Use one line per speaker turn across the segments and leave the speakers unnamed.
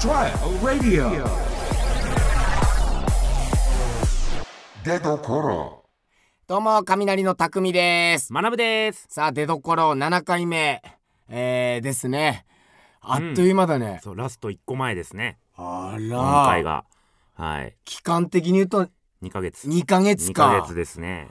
trial radio 出どころ
どうも、雷の匠です。
学ぶです。
さあ、出どころ7回目、えー、ですね。あ
うん
っという間だね。
そうラスト一個前ですね。
あ
今回
ら、
がはい
期間的に言うと
二ヶ月。
2ヶ月
二
か。
ヶ月ですね。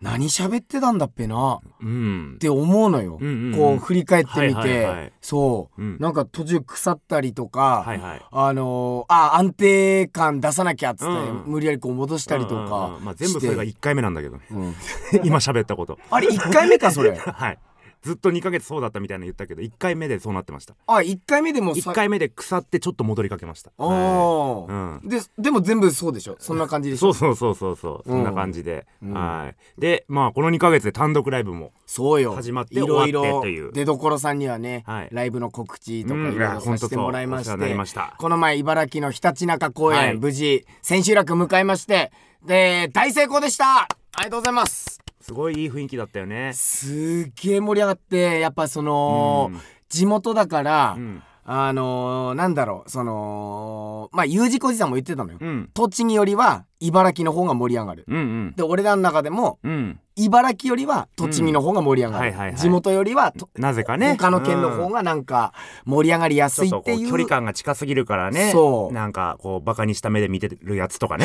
何喋ってたんだっぺな。っ
うん。
て思うのよ。
うんうんうん
こう、振り返ってみて。
はいはいはい
そう、
うん
なんか途中腐ったりとか、
はいはい。
あのー、あ、安定感出さなきゃっつって、
うんうん
無理やりこう戻したりとかして。
うんうんうんまあ全部それが一回目なんだけどね。
うん
今喋ったこと。
あれ、1回目か、それ。
はい。ずっと二ヶ月そうだったみたいなの言ったけど、一回目でそうなってました。
あ、1回目でも
一
さ
回目で腐ってちょっと戻りかけました。
あ
は
ー、
うん
ででも全部そうでしょそんな感じ
い
でし
そ
ょ
うそうそうそうそう。そんな感じで、はい。で、まあこの二ヶ月で単独ライブも。
そうよ
始まって終わってという
出どころさんにはね、
はい
ライブの告知とか
うん
いろいろ
いやほ
さ
んとそ
せ
う
てもらいまし
お世話
て
になりました
この前茨城のひたちなか公演、
はい
無事千秋楽迎えましてで大成功でしたありがとうございます
すごいいい雰囲気だったよね。
すっげえ盛り上がってやっぱその、
うん
地元だから、
うん。
あのーなんだろうそのまあ U 字工事さんも言ってたのよ、
うん。
栃木よりは茨城の方が盛り上がる
うんうん。
で俺らの中でも
うん。
茨城よりは栃木の方が盛り上がる、
うんはいはいはい
地元よりはと
なぜかね。
他の県の
うん
方がなんか盛り上がりや
ちょ
す
っ
い
と
っ
こ
て
う
いう
距離感が近すぎるからね
そう
なんかこうバカにした目で見てるやつと かね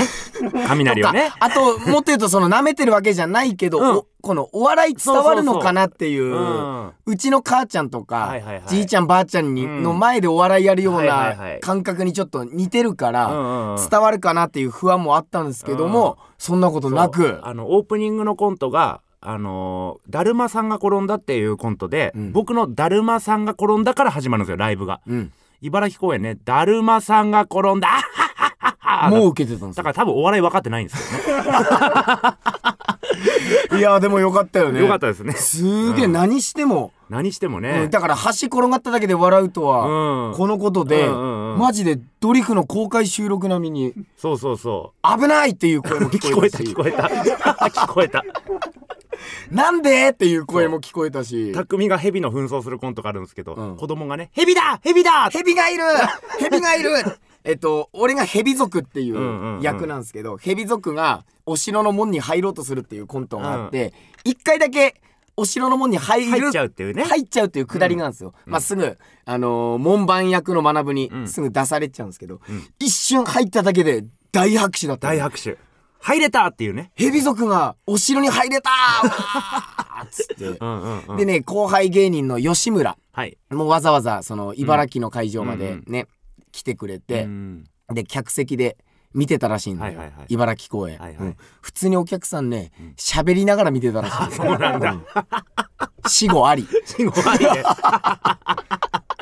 雷をね
とかあともっと言うとその舐めてるわけじゃないけど、
うん
おこのお笑い伝わるのかなっていうう
う
ん
は
ちの母ちゃんとか、
はいはいはい
じいちゃんばあちゃんに、
うん
の前でお笑いやるよう
はいはいは
ない感覚にちょっと似てるか
うん
ら、
うんうん
伝わるかなっていう不安もあったんですけども、そんなことな
そう
く
あのオープニングのコントがあのーだるまさんが転んだっていうコントで、
うん
僕のだるまさんが転んだから始まるんですよライブが
うん、
茨城公演ねだるまさんが転んだあっはっはっはっは
もう受けてたんです
だから多分お笑い分かってないんですよ、
よいやでもよかったよね
よかったですね
すげえ、
うん
何しても
何しても
う
ね
ん、だから橋転がっただけで笑うとは、
うん
このことで、
うんうんうん
マジでドリフの公開収録並みに
そうそうそ
危ないっていう声も
う
聞
聞
こ
こ
え
え
た
た
し
聞こえた聞こえた
なんでっていう声も聞こえたし
匠が蛇の紛争するコントがあるんですけど、
うん
子供がね「蛇だ蛇だ!」
ヘビがいるヘビがいるえっと俺がヘビ族ってい
んうんう
うん役なんですけど、ヘビ族がお城の門に入ろうとするっていうコントがあって一、回だけお城の門に入る
入っちゃうっていうね
入っちゃうっていうくだりがあるんですよ、まあすぐあのー門番役の学ぶにすぐ出されちゃうんですけど、一瞬入っただけで大拍手だった
大拍手入れたっていうね
蛇族がお城に入れたーわ ーっつって
うんうんうん
でね後輩芸人の吉村
はい
もうわざわざその茨城の会場までね、来てくれて、
うん
で客席で見てたらしいんだよ、
はいはいはい
茨城公演、
はいはい
うん普通にお客さんね喋りながら見てたらしい
そうなんだ
死後あり
信号あり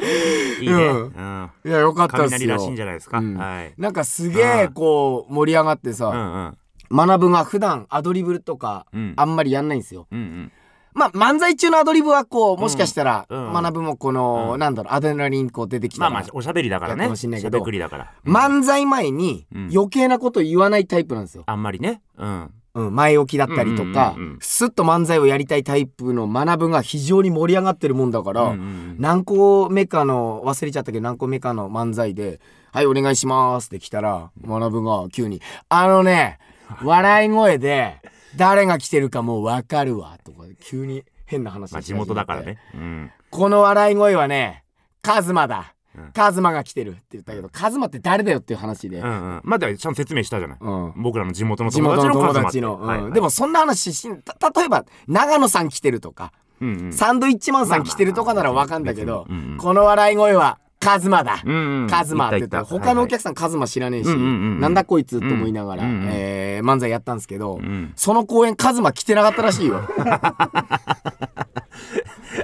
で いいね、
う
うんん
いやよかったっすよ
雷らしいんじゃないですか、
うん
はい
なんかすげえこう盛り上がって
う
さ、
んうん
学ぶが普段アドリブとか
うん
あんまりやんないんですよ、
うんうん
まあ漫才中のアドリブはこうもしかしたら
うんうん
学ぶもこの、なんだろうアドレナリンこう出てきた
まあ
ら、
まあおしゃべりだから
や
ね
かもしんないけど
しゃべくりだから
漫才前に
うん
余計なこと言わないタイプなんですよ、
あんまりねうん
うん、前置きだったりとか、
うんうんうんうん
スッと漫才をやりたいタイプの学ぶが非常に盛り上がってるもんだから、
うんうん
何個目かの忘れちゃったけど何個目かの漫才で「はいお願いします」って来たら学ぶが急に「あのね笑い声で誰が来てるかもう分かるわ」とか急に変な話し
まあ
始
地
めて
元だからねうん
この笑い声はね、カズマだ
うん。
カズマが来てるって言ったけど、カズマって誰だよっていう話で
う。んうんまあだからちゃんと説明したじゃない、
うん。
僕らの地元の
地
友
元
達
の
の
友
数もあって
達の。うん
はいはい
でもそんな話し、た例えば、長野さん来てるとか、
うんうん
サンドイッチマンさん来てるとかならわかんだけど
まあまあまあ別にうんうん、
この笑い声はカズマだ。
うんうん
カズマって言
い
った
い
他のお
はいはい
客さんカズマ知らねえし、
うんうんうん
なんだこいつって思いながら、
うんうん
えー漫才やったんですけど、
ん
その公演カズマ来てなかったらしい よ。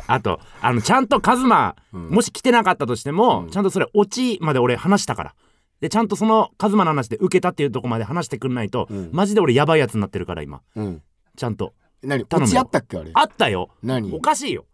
あとあのちゃんとカズマ、もし来てなかったとしても、ちゃんとそれオチまで俺話したからでちゃんとそのカズマの話で受けたっていうとこまで話してくんないと、マジで俺やばいやつになってるから今
うん。
ちゃんと
何
頼む
落
よ
ち合ったっけあれ。
あったよ
何
おかしいよ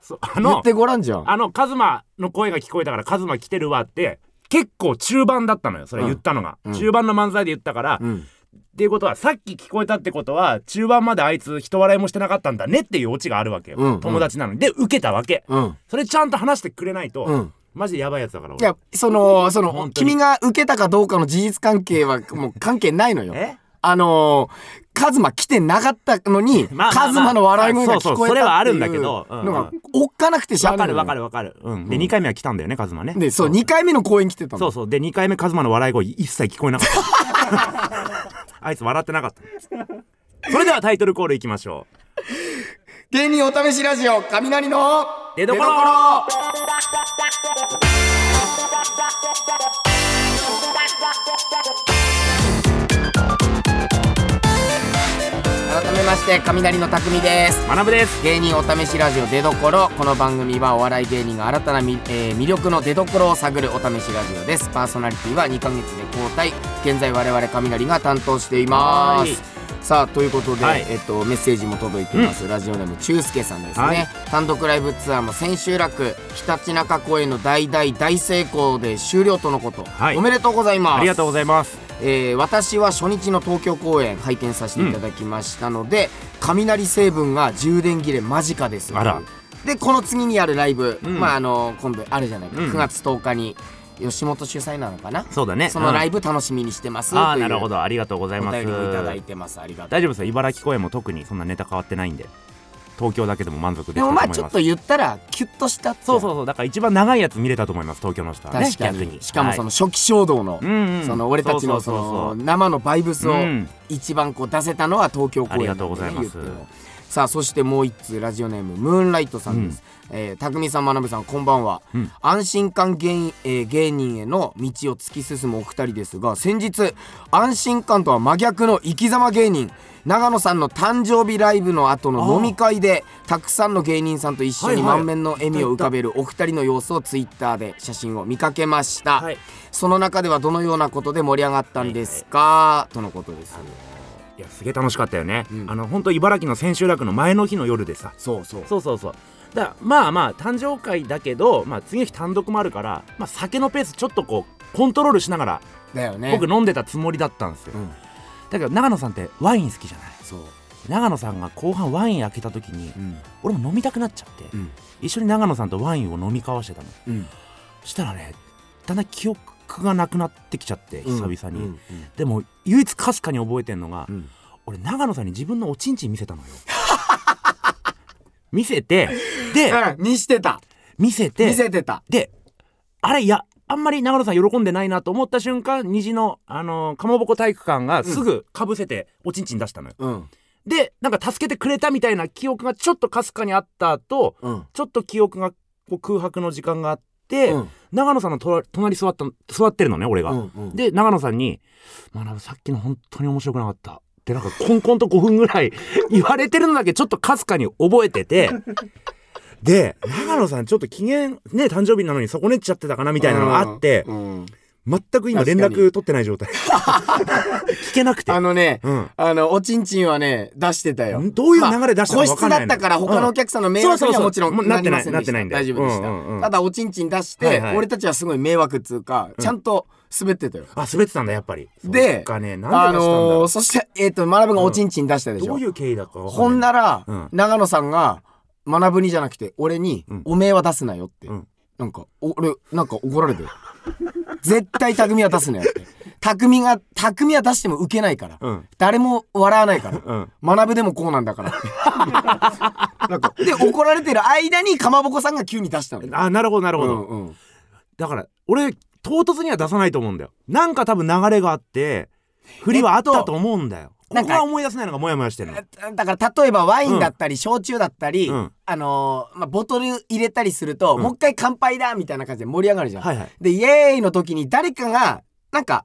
そあ
言っ
の
てごらんじゃん。
あのカズマの声が聞こえたからカズマ来てるわって結構中盤だったのよそれ言ったのが、中盤の漫才で言ったから、
うん
っていうことはさっき聞こえたってことは中盤まであいつ人笑いもしてなかったんだねっていうオチがあるわけよ、
うん
友達なのにで受けたわけ、
うん。
それちゃんと話してくれないと、
うん
マジでやばいやつだから
い
俺
やそのその
本当に
君が受けたかどうかの事実関係はもう関係ないのよ
え
あのーカズマ来てなかったのに、
まあまあまあ
カズマの笑い声が聞こえたっていう
そうそうそれはあるんだけどうんうん
のがおっかなくてしゃ
わ
あな
か
いの
る
よ
わかるわかるうんで2回目は来たんだよねカズマね
でそう2回目の公演来てたの
そうそうで2回目カズマの笑い声一切聞こえなかった あいつ笑ってなかったそれではタイトルコールいきましょう
芸人お試しラジオ雷の
出所
改めまして雷の匠です
学ぶです
芸人お試しラジオ出どころこの番組はお笑い芸人が新たなみ、えー魅力の出どころを探るお試しラジオですパーソナリティは2ヶ月で交代現在我々雷が担当していま
はーい
すさあということで、
はい
えっと、メッセージも届いています、ラジオネーム中介さんですね、
はい
単独ライブツアーも千秋楽ひたちなか公演の大大大成功で終了とのこと、
はい
おめでとうございます
ありがとうございます
えー私は初日の東京公演拝見させていただきましたので、雷成分が充電切れ間近です
あら
でこの次にあるライブ、
うん
まああの今度あるじゃないか、
うん
9月10日に吉本主催なのかな
そうだね
そのライ
ブ
ブ楽しみにしてます、
ああ
という
なるほどありがとうござい
お
ます
便りをいただいてますありがとう
大丈夫ですよ茨城公演も特にそんなネタ変わってないんで東京だけでも満足
で
できたと
も
思いま
ますあちょっと言ったらキュッとしたって
そうそうそうだから一番長いやつ見れたと思います東京の人はね
確かに、
逆
しかもそ
は
の初期衝動の、
いうんうん
その俺たちのそ
そうそう
の
そう
生のバイブスを
うん
一番こう出せたのは東京公演
ありがとうございます
言ってもさあそしてもう一通ラジオネームムーンライトさんです、えー、匠さん学さんこんばんは、
うん
安心感芸,、えー芸人への道を突き進むお二人ですが先日安心感とは真逆の生き様芸人長野さんの誕生日ライブの後の飲み会でたくさんの芸人さんと一緒に
はいはい
満面の笑みを浮かべるお二人の様子をツイッターで写真を見かけました、
はい
その中ではどのようなことで盛り上がったんですか、とのことです
いやすげえ楽しかったよね、
うん
あの本当茨城の千秋楽の前の日の夜でさ
そうそう
そうそうそうだからまあまあ誕生会だけど、まあ、次の日単独もあるから、まあ、酒のペースちょっとこうコントロールしながら
だよね
僕飲んでたつもりだったんですよ、
うん
だけど長野さんってワイン好きじゃない
そう、
長野さんが後半ワイン開けた時に
うん
俺も飲みたくなっちゃっ
う
て、
ん
一緒に長野さんとワインを飲み交わしてたの
うん、
そしたらねだんだん記憶がなくなってきちゃって久々に、
うん
でも唯一かすかに覚えてんのが、
うん
俺長野さんに自分のおちんちん見せたのよ見せてで
うん見してた
見せて
見せてた
であれいやあんまり長野さん喜んでないなと思った瞬間虹の、あのーかまぼこ体育館がすぐかぶせておちんちん出したのよ、
うん
でなんか助けてくれたみたいな記憶がちょっとかすかにあった後
うん
ちょっと記憶がこう空白の時間があって、
うん
長野さんのと隣座った座ってるのね俺が、
うんうん
で長野さんに「まなさっきの本当に面白くなかった」ってなんかコンコンと5分ぐらい 言われてるのだけちょっとかすかに覚えてて。で長野さんちょっと機嫌ね誕生日なのに損ねちゃってたかなみたいなのがあって
うん
全く今連絡取ってない状態聞けなくて
あのね、
うん
あのおちんちんはね出してたよ
どういう流れ出したか
個
分
室
かん
だ
ないの
ったから他のお客さんの迷
うん
惑
そう
に
そ
は
う
もちろ
も
ん
うな
な
って
り
な
ま
い
せんでした
なってないんだよ
大丈夫でし
うんうんう
た
ん
ただおちんちん出して、
はいはい
俺たちはすごい迷惑っつうかちゃんと滑ってたよ、
あ滑ってたんだやっぱり
で
そっかねな
あ
んで出したんだろ
の
う
ー、そして、えっ、と、学ぶがおちんちん出したでしょ。
どういう経緯だか分か
ほん
んない
なら、
うん
長野さんが、学ぶにじゃなくて、俺に、
うん
おめえは出すなよって。
うん
なんか、お俺、なんか怒られてる。絶対匠は出すなよって。匠が、匠は出しても受けないから。
うん
誰も笑わないから。
うん
学ぶでもこうなんだ からって。なんか、で、怒られてる間に、かまぼこさんが急に出したのよ。
あなるほどなる
う
ほど、
んうん。
だから俺唐突には出さないと思うんだよなんか多分流れがあって振りはあったと思うんだよ、
なん
こ
か
こは思い出せないのがモヤモヤしてるの
だから例えばワインだったり焼酎だったり、
うん
あのーまあ、ボトル入れたりすると、
うん
もう一回乾杯だみたいな感じで盛り上がるじゃん。
はいはい
でイエーイの時に誰かがなんか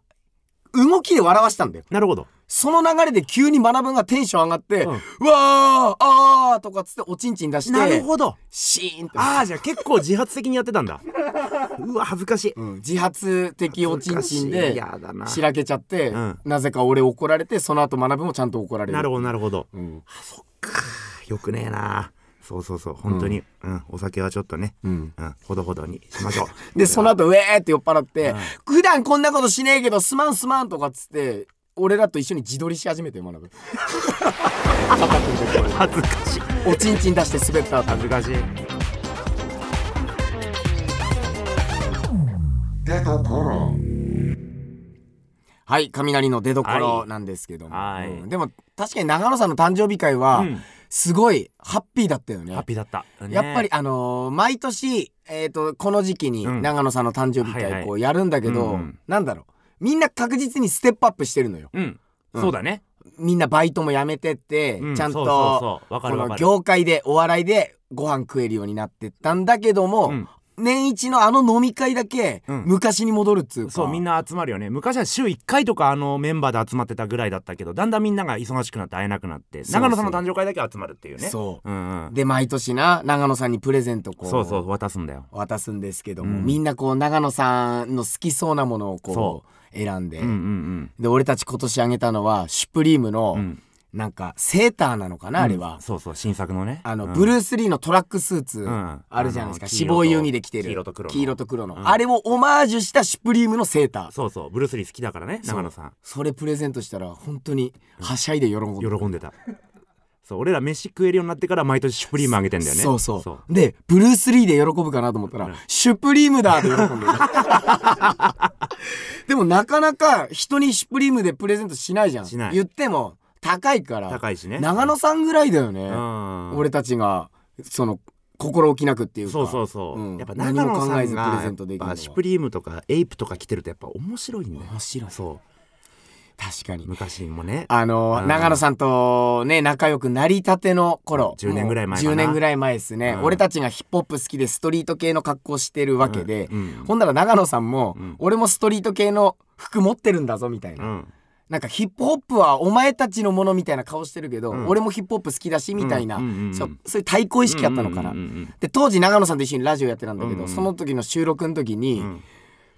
動きで笑わしたんだよ。
なるほど
その流れで急に学ぶがテンション上がって「
うん
わーあーとかっつっておちんちん出して
なるほど
シーンと、
ああじゃあ結構自発的にやってた んだうわ恥ずかしい
うん自発的おちんちん
恥ずかしい
で
やだな
しらけちゃって、
うん
なぜか俺怒られてその後学ぶもちゃんと怒られる。
なるほどなるほど
うん
よくねえなそうそうそう本当に、うんお酒はちょっとね、
うん
うん、ほどほどにしましょう
で、その後、ウェーって酔っ払って、
う
普段こんなことしねえけど、すまんすまんとかっつって、俺らと一緒に自撮りし始めてよ、学 ぶ。
恥ずかしい
おちんちん出して滑った後。
恥ずかしい
出どころ
はい雷の出
は
所
い
なんですけども、
はい
うんでも確かに長野さんの誕生日会は、
うん
すごいハッピーだったよね
ハッピーだった、ね
やっぱりあのー毎年、えー、とこの時期に
うん
長野さんの誕生日
はいは
会
い
こうやるんだけど、
うんうん
なんだろうみんな確実にステップアップしてるのよ
うん、
うん
そうだね、
みんなバイトもやめてって、
う
ちゃん
そう
と
そうそうわか
こ
るわか
の
る
業界でお笑いでご飯食えるようになってったんだけども、
うん
年一のあの飲み会だけ
うん
昔に戻るっつうか、
そうみんな集まるよね昔は週1回とかあのメンバーで集まってたぐらいだったけどだんだんみんなが忙しくなって会えなくなって
そう
長野さんの誕生会だけ集まるっていうね
そう
うんうん、
で毎年な長野さんにプレゼントこう
そうそう渡すんだよ
渡すんですけども、
うん
みんなこう長野さんの好きそうなものをこ
そう
選んで、
うんうん
で俺たち今年あげたのはシュプリーム
うんう
の
ん
なんかセーターなのかな、あれは
うん、そうそう新作のね
あの、
うん
ブルース・リーのトラックスーツ、
ん
あるじゃないですか
あの
死亡遊戯で着てる
黄色と黒の
黄色と黒の、
うん
あれをオマージュしたシュプリームのセーター
そうそうブルース・リー好きだからね
そう
長野さん
それプレゼントしたら本当にはしゃいで喜んで、
喜んでたそう俺ら飯食えるようになってから毎年シュプリームあげてんだよね
そうそうでブルース・リーで喜ぶかなと思ったら、シュプリームだって喜んで るでもなかなか人にシュプリームでプレゼントしないじゃん
しない
言っても高いから
高いしね
長野さんぐらいだよね、
うん
俺たちがその心置きなくっていうか
そうそうそう、
うん
やっぱ
何
長
も
野さん
考
が
えずプレゼントできるのは
やっぱシュプリームとかエイプとか着てるとやっぱ面白いんだよ
面白い
そ
確か
う
に
昔もね
あの
うん
長野さんとね仲良くなりたての頃
10年ぐらい前かな
10年ぐらい前ですね、
うん
俺たちがヒップホップ好きでストリート系の格好してるわけで、
うん
ほんなら長野さんも、
うん
俺もストリート系の服持ってるんだぞみたいな、
うん
なんかヒップホップはお前たちのものみたいな顔してるけど、
うん
俺もヒップホップ好きだしみたいな、
うんうんうんうん
そうそういう対抗意識だったのかな、
うんうんうん
で当時長野さんと一緒にラジオやってたんだけど、
うんうん
その時の収録の時に、
うんうん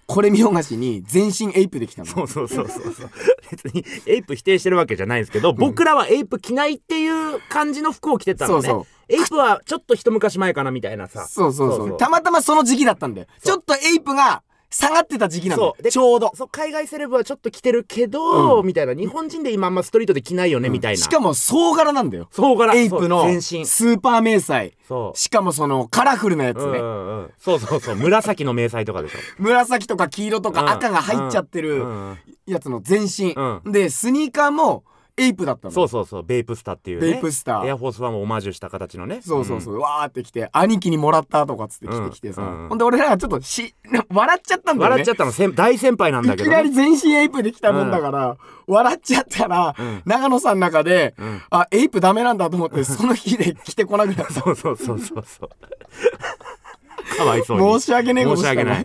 これ見よがしに全身エイプできたの
そうそうそうそうそう別にエイプ否定してるわけじゃないですけど僕らはエイプ着ないっていう感じの服を着てたのね
そうそう
エイプはちょっと一昔前かなみたいなさ
そうそうそうたまたまその時期だったんだよちょっとエイプが下がってた時期なんだよ
そうで
ちょうど
そう海外セレブはちょっと着てるけど、
うん
みたいな日本人で今あんまストリートで着ないよね、みたいな
しか
も
も総柄なんだよ
そうから
エイプの
そう
ス
全身
ーパー迷彩
そう
しかもそのカラフルなやつ
うんう
ね、
んうんそうそうそう紫の迷彩とかでしょ
紫とか黄色と
うん
か赤が入っちゃって
う
る
んうん
やつの全身、
う
でスニーカーもエイプだったの
そうそうそうベイプスターっていうね
ベイプスター
エアフォースワンをオマージュした形のね
そうそうそうう、わーってきて兄貴にもらったとかっつって来てきてさ、
うんうん
ほんで俺らがちょっとし笑っちゃったん
ん
だよね
笑っちゃったの先大先輩なんだ
い
け
き
ど
な
ね、
り全身エイプできたもんだから、笑っちゃったら、
うん
長野さんの中で、
うん
あエイプダメなんだと思って、その日で来てこなくなった
そうそうそうそうそうかわいそうに
申し訳ねえこと
申
し
し
た
訳
な
ないい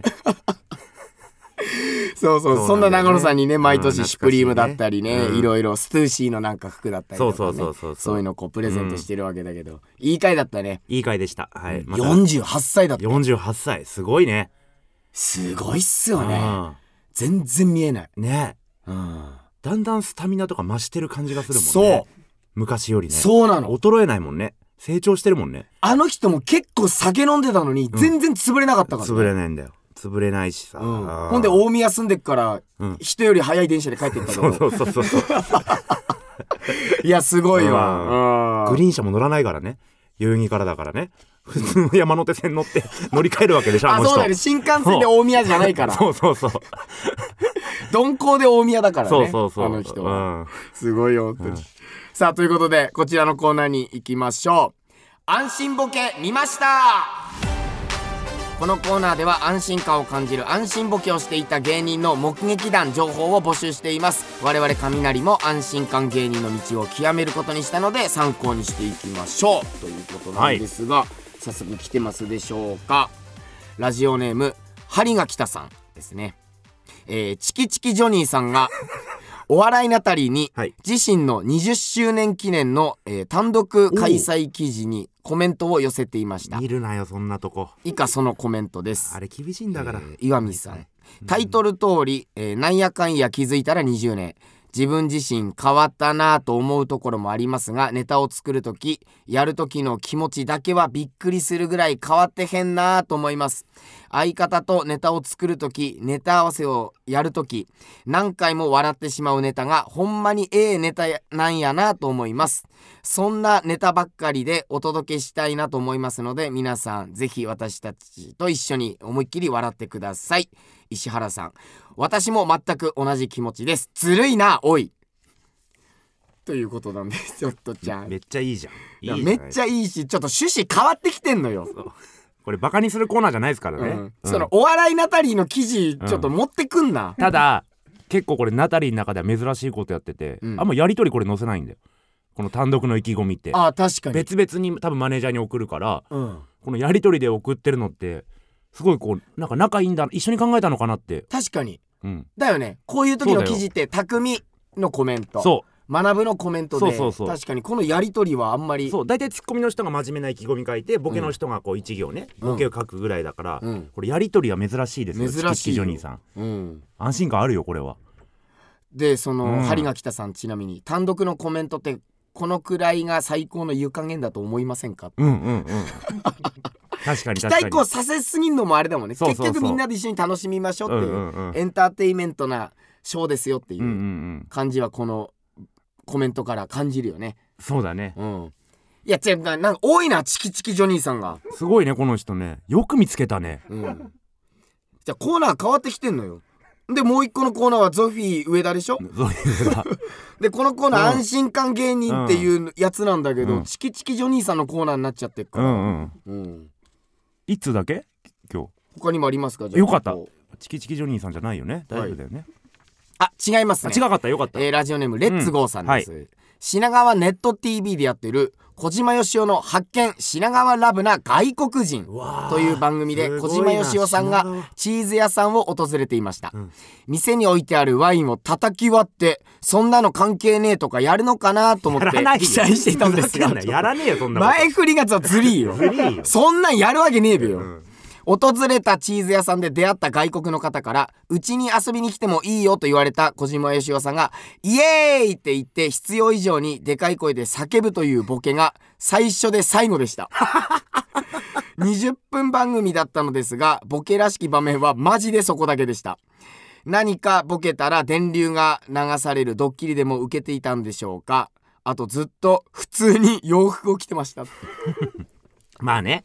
そうそうそ
そうなんだよね
んな長野さんにね毎
う
年
ん
シュプリームだったりね
懐かしいね
いろいろストゥーシーのなんか服だったりとか、ね、
そうそうそうそう
そういうのをこうプレゼントしてるわけだけど、いい回だったね
いい回でしたはい、また
48歳だって
48歳すごいね
すごいっすよね
ね
全然見えない、
ね
うん
だんだんスタミナとか増してる感じがするもんね
そう
昔よりね
そうなの
衰えないもんね成長してるもんね
あの人も結構酒飲んでたのに全然潰れなかったから、ね
潰れないんだよ潰れないしさ、
うん
あー
ほんで大宮住んでっから
うん
人より早い電車で帰ってったけど、
そうそうそうそう
いやすごいわ、
グリーン車も乗らないからね代々木からだからね普通の山手線乗って乗り換えるわけでしょ
あ
の
そうだよね新幹線で大宮じゃないから
そうそうそう
鈍行で大宮だからね
そうそうそう
あの人
う
は、
ん
すごいよ本当に、さあということでこちらのコーナーに行きましょう安心ボケ見ましたこのコーナーでは安心感を感じる安心ボケをしていた芸人の目撃談情報を募集しています我々雷も安心感芸人の道を極めることにしたので参考にしていきましょうということなんですが、早速来てますでしょうかラジオネーム針が来たさんですねえーチキチキジョニーさんがお笑いナタリーに
はい
自身の20周年記念の、えー単独開催記事にコメントを寄せていました
見るなよそんなとこ
以下そのコメントです
あれ厳しいんだから、
えー岩見さんタイトル通り、えーなんやかんや気づいたら20年自分自身変わったなぁと思うところもありますがネタを作る時やる時の気持ちだけはびっくりするぐらい変わってへんなぁと思います相方とネタを作る時ネタ合わせをやる時何回も笑ってしまうネタがほんまにええネタなんやなと思いますそんなネタばっかりでお届けしたいなと思いますので皆さんぜひ私たちと一緒に思いっきり笑ってください石原さん私も全く同じ気持ちですずるいなおいということなんですちょっとちゃん
めっちゃいいじゃんいいじゃない
めっちゃいいしちょっと趣旨変わってきてんのよ
これバカにするコーナーじゃないですからね、
うん
うん
そのお笑いナタリーの記事ちょっと持ってくんな、
ただ結構これナタリーの中では珍しいことやってて、
うん
あんまやり取りこれ載せないんだよこの単独の意気込みって
ああ確かに
別々に多分マネージャーに送るから
うん、
このやり取りで送ってるのってすごいこうなんか仲いいんだ一緒に考えたのかなって、
確かに
うん、
だよねこういう時
そう
の
だよ
記事って匠のコメント
そ
学ぶのコメントで
そうそうそう
確かにこのやり取りはあんま
う
り
そう大体ツッコミの人が真面目な意気込み書いてボケの人がこう一行ね、
うん
ボケを書くぐらいだから、
うん
これやり取りは珍しいですよ
珍しい
チキチキジ
よ
ョニーさん
うん、
安心感あるよこれは
でその、
うん
針が来たさんちなみに単独のコメントってこのくらいが最高の湯加減だと思いませんか
うんうん うん確かに
期
確か
待
に
こうさせすぎんのもあれだもんね
そうそうそう
結局みんなで一緒に楽しみましょうっていう,、
うんうんうん
エンターテインメントなショーですよってい
うんうんう
うん感じはこのコメントから感じるよね
そうだね
うんいや違うななんか多いなチキチキジョニーさんが、
すごいねこの人ねよく見つけたね
うん、じゃあコーナー変わってきてんのよでもう一個のコーナーはゾフィー上田でしょ
そういうか
でこのコーナー
うん
安心感芸人っていうやつなんだけど、
うん
チキチキジョニーさんのコーナーになっちゃってるか
う
ら、
んうん
うん
いつだけ今
他にもありますかじゃあ
日よかった
ここ
チキチキジョニーさんじゃないよね大丈夫だよね、
あ違います
あ
ね
違かったよかった、
えーラジオネームレッツゴーさんです、品川ネット TV でやってる小島よしおの発見品川ラブな外国人
わー
という番組です
ご
小
いな
島よしおさん
品
が
川
チーズ屋さんを訪れていました、
ん
店に置いてあるワインを叩き割ってそんなの関係ねえとかやるのかなと思 って期待 していたんですよ
ふざけなやらねえよそんなこと
前振りがずりーよ
ずりーよ
そんなんやるわけねえべよ、
ん
訪れたチーズ屋さんで出会った外国の方から「うちに遊びに来てもいいよ」と言われた小島よしおさんが「イエーイ!」って言って必要以上にでかい声で叫ぶというボケが最初で最後で した。20分番組だったのですがボケらしき場面はマジでそこだけでした何かボケたら電流が流されるドッキリでも受けていたんでしょうかあとずっと普通に洋服を着てました
まあね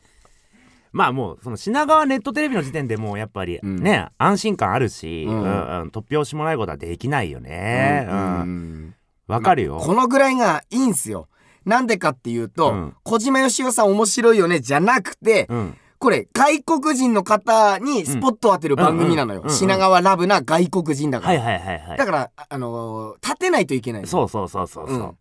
まあもうその品川ネットテレビの時点でもうやっぱり
うん
ね、安心感あるし、
う
うんんうん突拍子もないことはできないよねうんわ、かるよ、
このぐらいがいいんすよなんでかっていうと、
うん
小島よしおさん面白いよねじゃなくて、
うん
これ外国人の方にスポットを当てる番組なのよ、
うんうんうんうん
品川ラブな外国人だから、
はいはいはいはい
だからああのー立てないといけないの
そうそうそうそうそう、
うん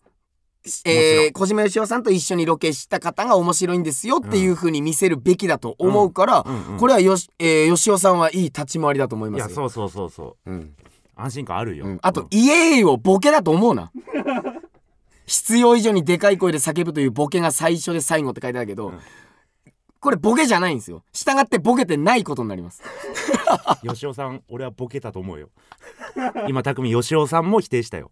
もち
え
ろ
ー、小島よしおさんと一緒にロケした方が面白いんですよっていう風に見せるべきだと思うから、
うんうん
これはよし、えー、よしおさんはいい立ち回りだと思い
い
ま
や
すよ。
そうそうそうそう
うん
安心感あるよ、
うんあと、イエーイをボケだと思う な。必要以上にでかい声で叫ぶというボケが最初で最後って書いてあるけど、これボケじゃないんですよ。従ってボケてないことになります。
吉尾さん俺はボケたと思うよ 今匠吉尾さんも否定したよ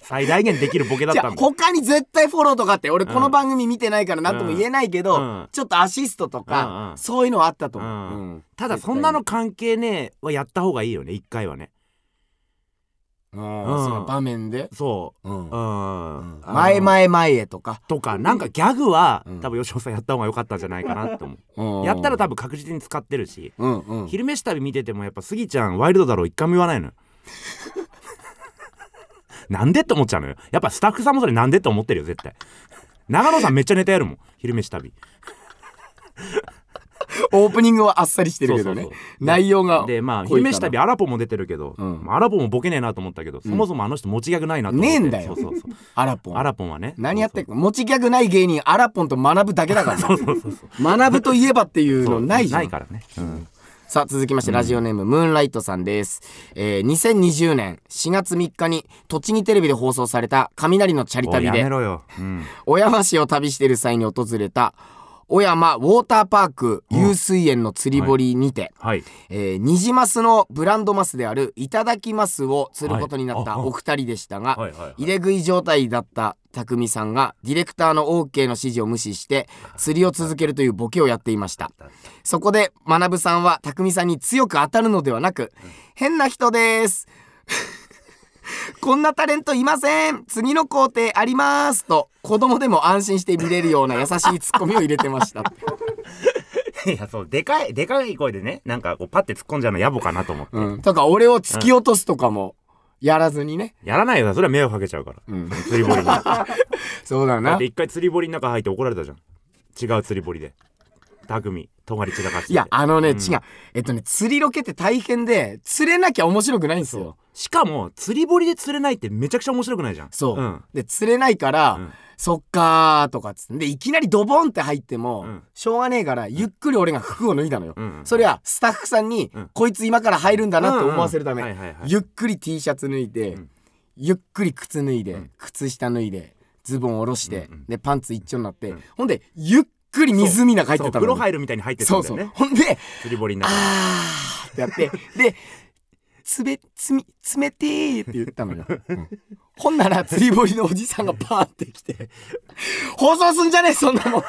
最大限できるボケだっ
じ
た
ゃ
んだ
他に絶対フォローとかって俺この番組見てないから何とも言えないけど、
うん
ちょっとアシストとか、
うんうん
そういうのはあったと
う
思う。
ん
うん
ただそんなの関係ねえはやった方がいいよね一回はね
うん
うん
その場面で、
そう
うん
うんあの
前前前へとか、
とかなんかギャグは、
うん
多分吉尾さんやった方が良かったんじゃないかなって思う
うん
やったら多分確実に使ってるし
うんうん
昼飯旅見ててもやっぱスギちゃんワイルドだろう一回も言わないのよ なんでって思っちゃうのよやっぱスタッフさんもそれなんでって思ってるよ絶対長野さんめっちゃネタやるもん昼飯旅
オープニングはあっさりしてるけどね
そうそうそう
内容が
でまあ
濃い
昼
から
飯旅アラポも出てるけど、
うん
まあアラポもボケねえなと思ったけど、そもそもあの人持ちギャグないなと思って
ねえんだよ
そうそうそう
アラポン
アラポンはね
何やってんの持ちギャグない芸人アラポンと学ぶだけだ からね学ぶといえばっていう
そう
のないじゃ
ない
ん
からね、うん
さあ続きましてラジオネーム、ムーンライトさんです、えー、2020年4月3日に栃木テレビで放送された雷のチャリ
おい
旅
やめ
で
ろよ、うん
小山市を旅している際に訪れた小山ウォーターパーク湧水園の釣り堀にて、
はい
えーニジマスのブランドマスであるいただきマスを釣ることになった
はいあ
お二人でしたが、
はいはいはい
入れ食い状態だった匠さんがディレクターの OK の指示を無視して釣りを続けるというボケをやっていましたそこで学さんは匠さんに強く当たるのではなく変な人です こんなタレントいません次の工程ありますと子供でも安心して見れるような優しいツッコミを入れてました
いやそうでかいでかい声でねなんかこうパッて突っ込んじゃうの野暮かなと思って、
うんとか俺を突き落とすとかもやらずにね
やらないよなそれは迷惑かけちゃうから、
ん
釣 り堀にだ
そうだ
っ
な
て一回釣り堀の中入って怒られたじゃん違う釣り堀で匠とがり散らかしてて
いやあのね、違うえっとね釣りロケって大変で釣れなきゃ面白くないんですよ
しかも釣り堀で釣れないってめちゃくちゃ面白くないじゃん
そう、
ん
で釣れないから、
ん
そっかーとかっつってでいきなりドボンって入っても、
ん
しょうがねえからゆっくり俺が服を脱いだのよ、
うん
それはスタッフさんに、
ん
こいつ今から入るんだなって思わせるため、
うんうんはいはいはい
ゆっくり T シャツ脱いで、ゆっくり靴脱いで、靴下脱いでズボン下ろして、でパンツ一丁になって、ほんでゆっくり湖の中入ってた
そう風呂
のよ
入るみたいに入ってた
そ
ん
う
だ
そ
よ
う
ね
ほんで
釣り堀の中に
あーってやってで「つべつみつめてー」って言ったのよ、ほんなら釣り堀のおじさんがパーって来て「放送すんじゃねえそんなもん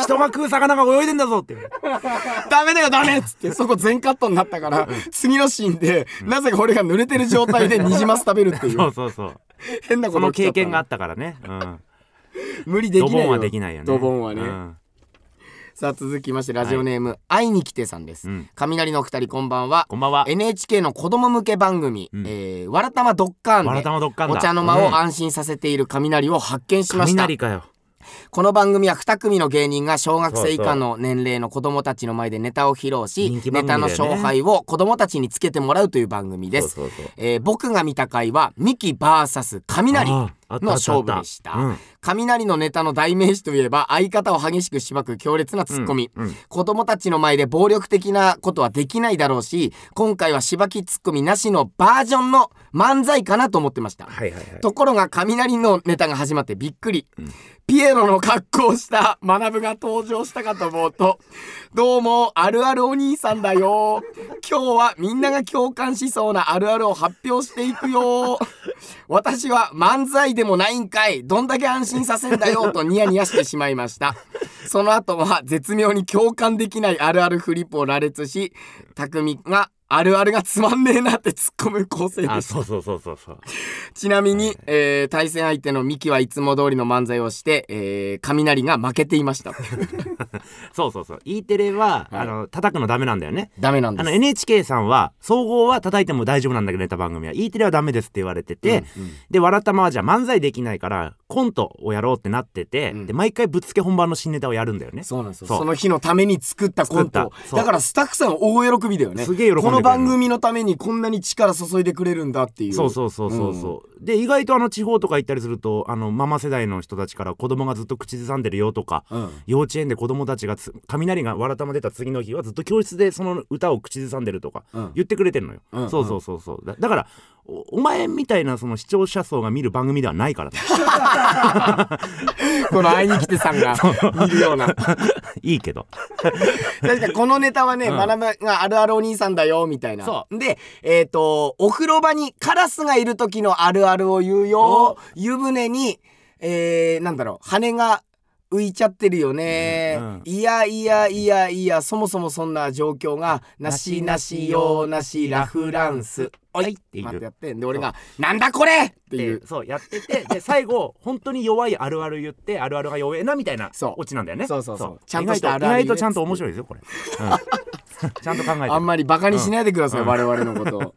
人が食う魚が泳いでんだぞって
ダメだよダメ!」っつってそこ全カットになったから次のシーンでなぜか俺が濡れてる状態でニジマス食べるってい
そううそ うそう
変なこ
そ
と
の
起きちゃった
経
の
験があったからね、うん、
無理で
ド
き
ボ
ない
ン
よ
はできないよね
ドボンはね、
うん
さあ続きましてラジオネーム、会いに来てさんです、
うん
雷のお二人こんばんは
こんばんは
NHK の子供向け番組「
うん
えーわらたまドッカーン」
わらたまドッカンだ
お茶の間を安心させている雷を発見しました、
雷かよ
この番組は2組の芸人が小学生以下の年齢の子供たちの前でネタを披露し、
人気番
ネタ
組だよね
の勝敗を子供たちにつけてもらうという番組です
そうそうそう
えー僕が見た回はミキ VS 雷
あ
の
ーあったあった
勝負でした、
うん
雷のネタの代名詞といえば相方を激しくしばく強烈なツッコミ、
うんうん
子供たちの前で暴力的なことはできないだろうし今回はしばきツッコミなしのバージョンの漫才かなと思ってました、
はいはいはい
ところが雷のネタが始まってびっくり、ピエロの格好をした学が登場したかと思うと「どうもあるあるお兄さんだよ今日はみんなが共感しそうなあるあるを発表していくよ私は漫才でもないんかいどんだけ安心させんだよ」とニヤニヤしてしまいましたその後は絶妙に共感できないあるあるフリップを羅列し匠が「あるあるがつまんねえな」って突っ込む構成でした
あそうそうそうそうそう
ちなみに、えー対戦相手のミキはいつも通りの漫才をして、えー雷が負けていました
そうそうそう E テレは、あの叩くのダメなんだよね
ダメなん
あ
で
の
す
NHK さんは総合は叩いても大丈夫なんだけどネタ番組は E テレはダメですって言われてて、で「わらたま」はじゃあ漫才できないからコントをやろうってなってて、
ん
で毎回ぶっつけ本番の新ネタをやるんだよね
そうなんですよ
そう
その日のために作ったコン
作
ト
ったそう
だからスタッフさん大喜びだよね
すげえ喜んでく
こ
れる
の番組のためにこんなに力注いでくれるんだっていう
そうそうそうそうそう、で意外とあの地方とか行ったりするとあのママ世代の人たちから子供がずっと口ずさんでるよとか、
うん
幼稚園で子供たちがつ雷がわらたま出た次の日はずっと教室でその歌を口ずさんでるとか
うん
言ってくれてるのよ、
うん
そうそうそうそうだだからおお前みたいなその視聴者層が見る番組ではないか らね
この会いに来てさん がいるような
いいけど
確かこのネタはね、学ぶがあるあるお兄さんだよみたいな
そ
でえっ、とお風呂場にカラスがいる時のあるあるを言うよ湯船にえー、なんだろう羽が浮いちゃってるよね、
うんうん
いやいやいやいやそもそもそんな状況がなしなしようなしラフランスおいって
いう
やってんで俺が「なんだこれ!」っていう
でそうやっててで最後本当に弱いあるある言ってあるあるが弱えなみたいな
そう
オチなんだよね
そうそうそうちゃんとした
意
あ
外
るある
意外とちゃんと面白いですよこれ、うん ちゃんと考えてる
あんまりバカにしないでください、我々のこと を。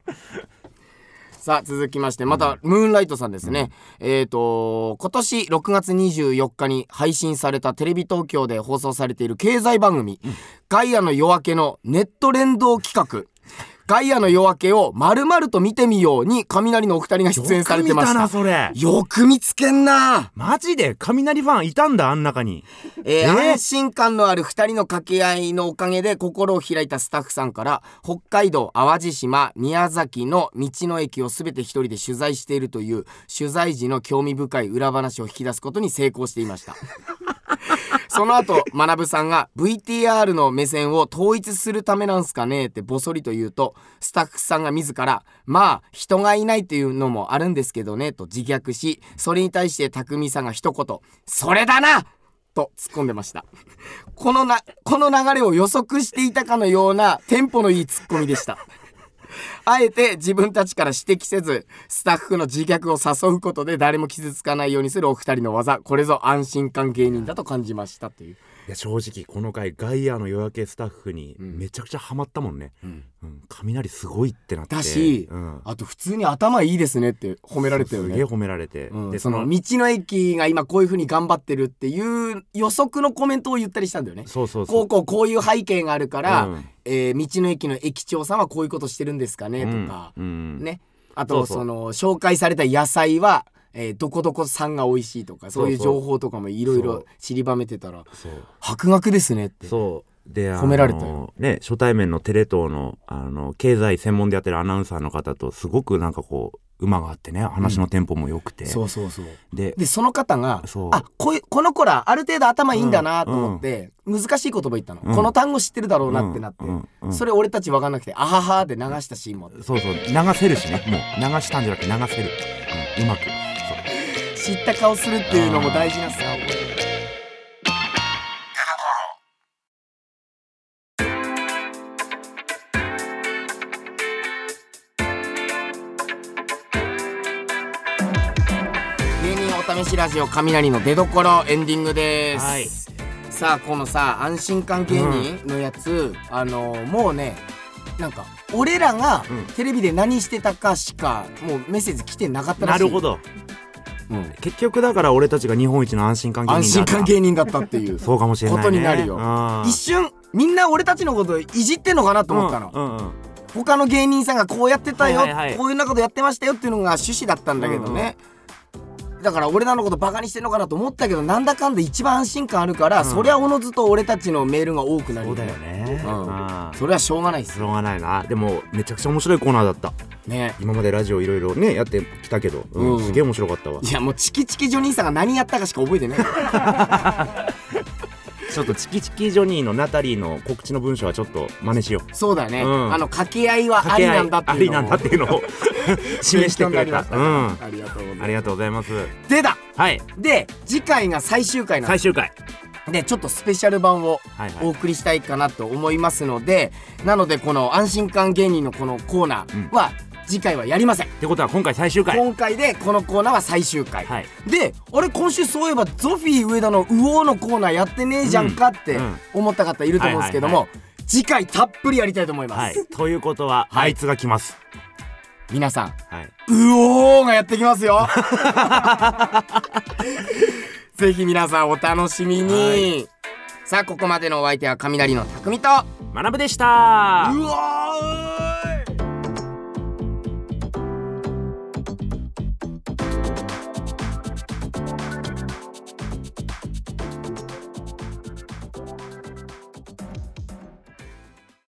さあ続きましてまたムーンライトさんですね、えっ、と今年6月24日に配信されたテレビ東京で放送されている経済番組「ガイアの夜明け」のネット連動企画「ガイアの夜明け」を丸々と見てみように雷のお二人が出演されてまし
よく見たな
た
それ
よく見つけんな
マジで雷ファンいたんだあん中に
えー
えー
安心感のある2人の掛け合いのおかげで心を開いたスタッフさんから北海道淡路島宮崎の道の駅を全て一人で取材しているという取材時の興味深い裏話を引き出すことに成功していましたその後学さんが VTR の目線を統一するためなんすかねってぼそりと言うとスタッフさんが自ら「まあ人がいないというのもあるんですけどね」と自虐しそれに対して匠さんが一言「それだな!」と突っ込んでましたこのなこの流れを予測していたかのようなテンポのいい突っ込みでしたあえて自分たちから指摘せずスタッフの自虐を誘うことで誰も傷つかないようにするお二人の技これぞ安心感芸人だと感じましたという
いや正直この回ガイアの夜明けスタッフにめちゃくちゃハマったもんね、うん雷すごいってなって
だし、
うん、
あと普通に頭いいですねって褒められたよ
すげえ
ね
褒められて、
うん
で
そ
その
の道の駅が今こういうふうに頑張ってるっていう予測のコメントを言ったりしたんだよね
そうそうそ
こ
う
うこうこういう背景があるから、
うん
えー道の駅の駅長さんはこういうことしてるんですかねとか、
うんうん
ねあと
そうそう
その紹介された野菜は、えーどこどこ産が美味しいとかそういう
そうそう
情報とかもいろい
そ
ろ
う
散りばめてたら
そう
博学ですねって
そうで
褒められたよ
あのね初対面のテレ東のあの経済専門でやってるアナウンサーの方とすごくなんかこう馬があってね話のテンポも良くて、
そうそうそう
で
でその方が
そう
あこういうこの子らある程度頭いいんだなと思って、難しい言葉言ったの、
うん
この単語知ってるだろうなってなって、
うんうん
それ俺たち分かんなくて「あはは」で流したシーンもあって
そうそう流せるしねもう流したんじゃなくて流せる、うんうまくそう
知った顔するっていうのも大事なさ芸人お試しラジオ雷の出所エンディングです、
はい
さあこのさ安心感芸人のやつ、あのもうねなんか俺らが
うん
テレビで何してたかしかもうメッセージ来てなかったら
な
しい
るほ、ど
うん
結局だから俺たちが日本一の安心感芸人だ
安心感芸人だったっていう
そうかもしれない、ね、
ことになるよ
あー
一瞬みんな俺たちのこといじってんのかなと思ったの、
うんうんうん
他の芸人さんがこうやってたよ、
はいはいはい
こういうようなことやってましたよっていうのが趣旨だったんだけどね、だから俺らのことバカにしてんのかなと思ったけどなんだかんだ一番安心感あるから、
うん
そりゃおのずと俺たちのメールが多くなるよ
そうだ
ね
よね、
うん
あー
それはしょうがないです
しょうがないなでもめちゃくちゃ面白いコーナーだった
ね
今までラジオいろいろねやってきたけど、うん
うん
すげえ面白かったわ
いやもうチキチキジョニーさんが何やったかしか覚え てない
ちょっとチキチキジョニーのナタリーの告知の文章はちょっと真似しよ う
そうだね、
うん
あの掛け合いはありなんだって
あ
い
り
うの
なんだっていう のを示してくれたうん
ありがとうござい
あ
ま
り
す
がとうございます
でだ
はい
で次回が最終回なんです
最終回
でちょっとスペシャル版を
はいはい
お送りしたいかなと思いますので、なのでこの安心感芸人のこのコーナーは次回はやりません、
ってことは今回最終回
今回でこのコーナーは最終回、
はい
であれ今週そういえばゾフィー上田の「ウオのコーナーやってねえじゃんかって
うんうん
思った方いると思うんですけども、
はい
次回たっぷりやりたいと思います、
はいということは、
はい
あいつが来ます
皆さん
はい
うおーがやってきますよぜひ皆さんお楽しみに、
は
さあここまでのお相手は雷の匠と
学ぶでした
うわー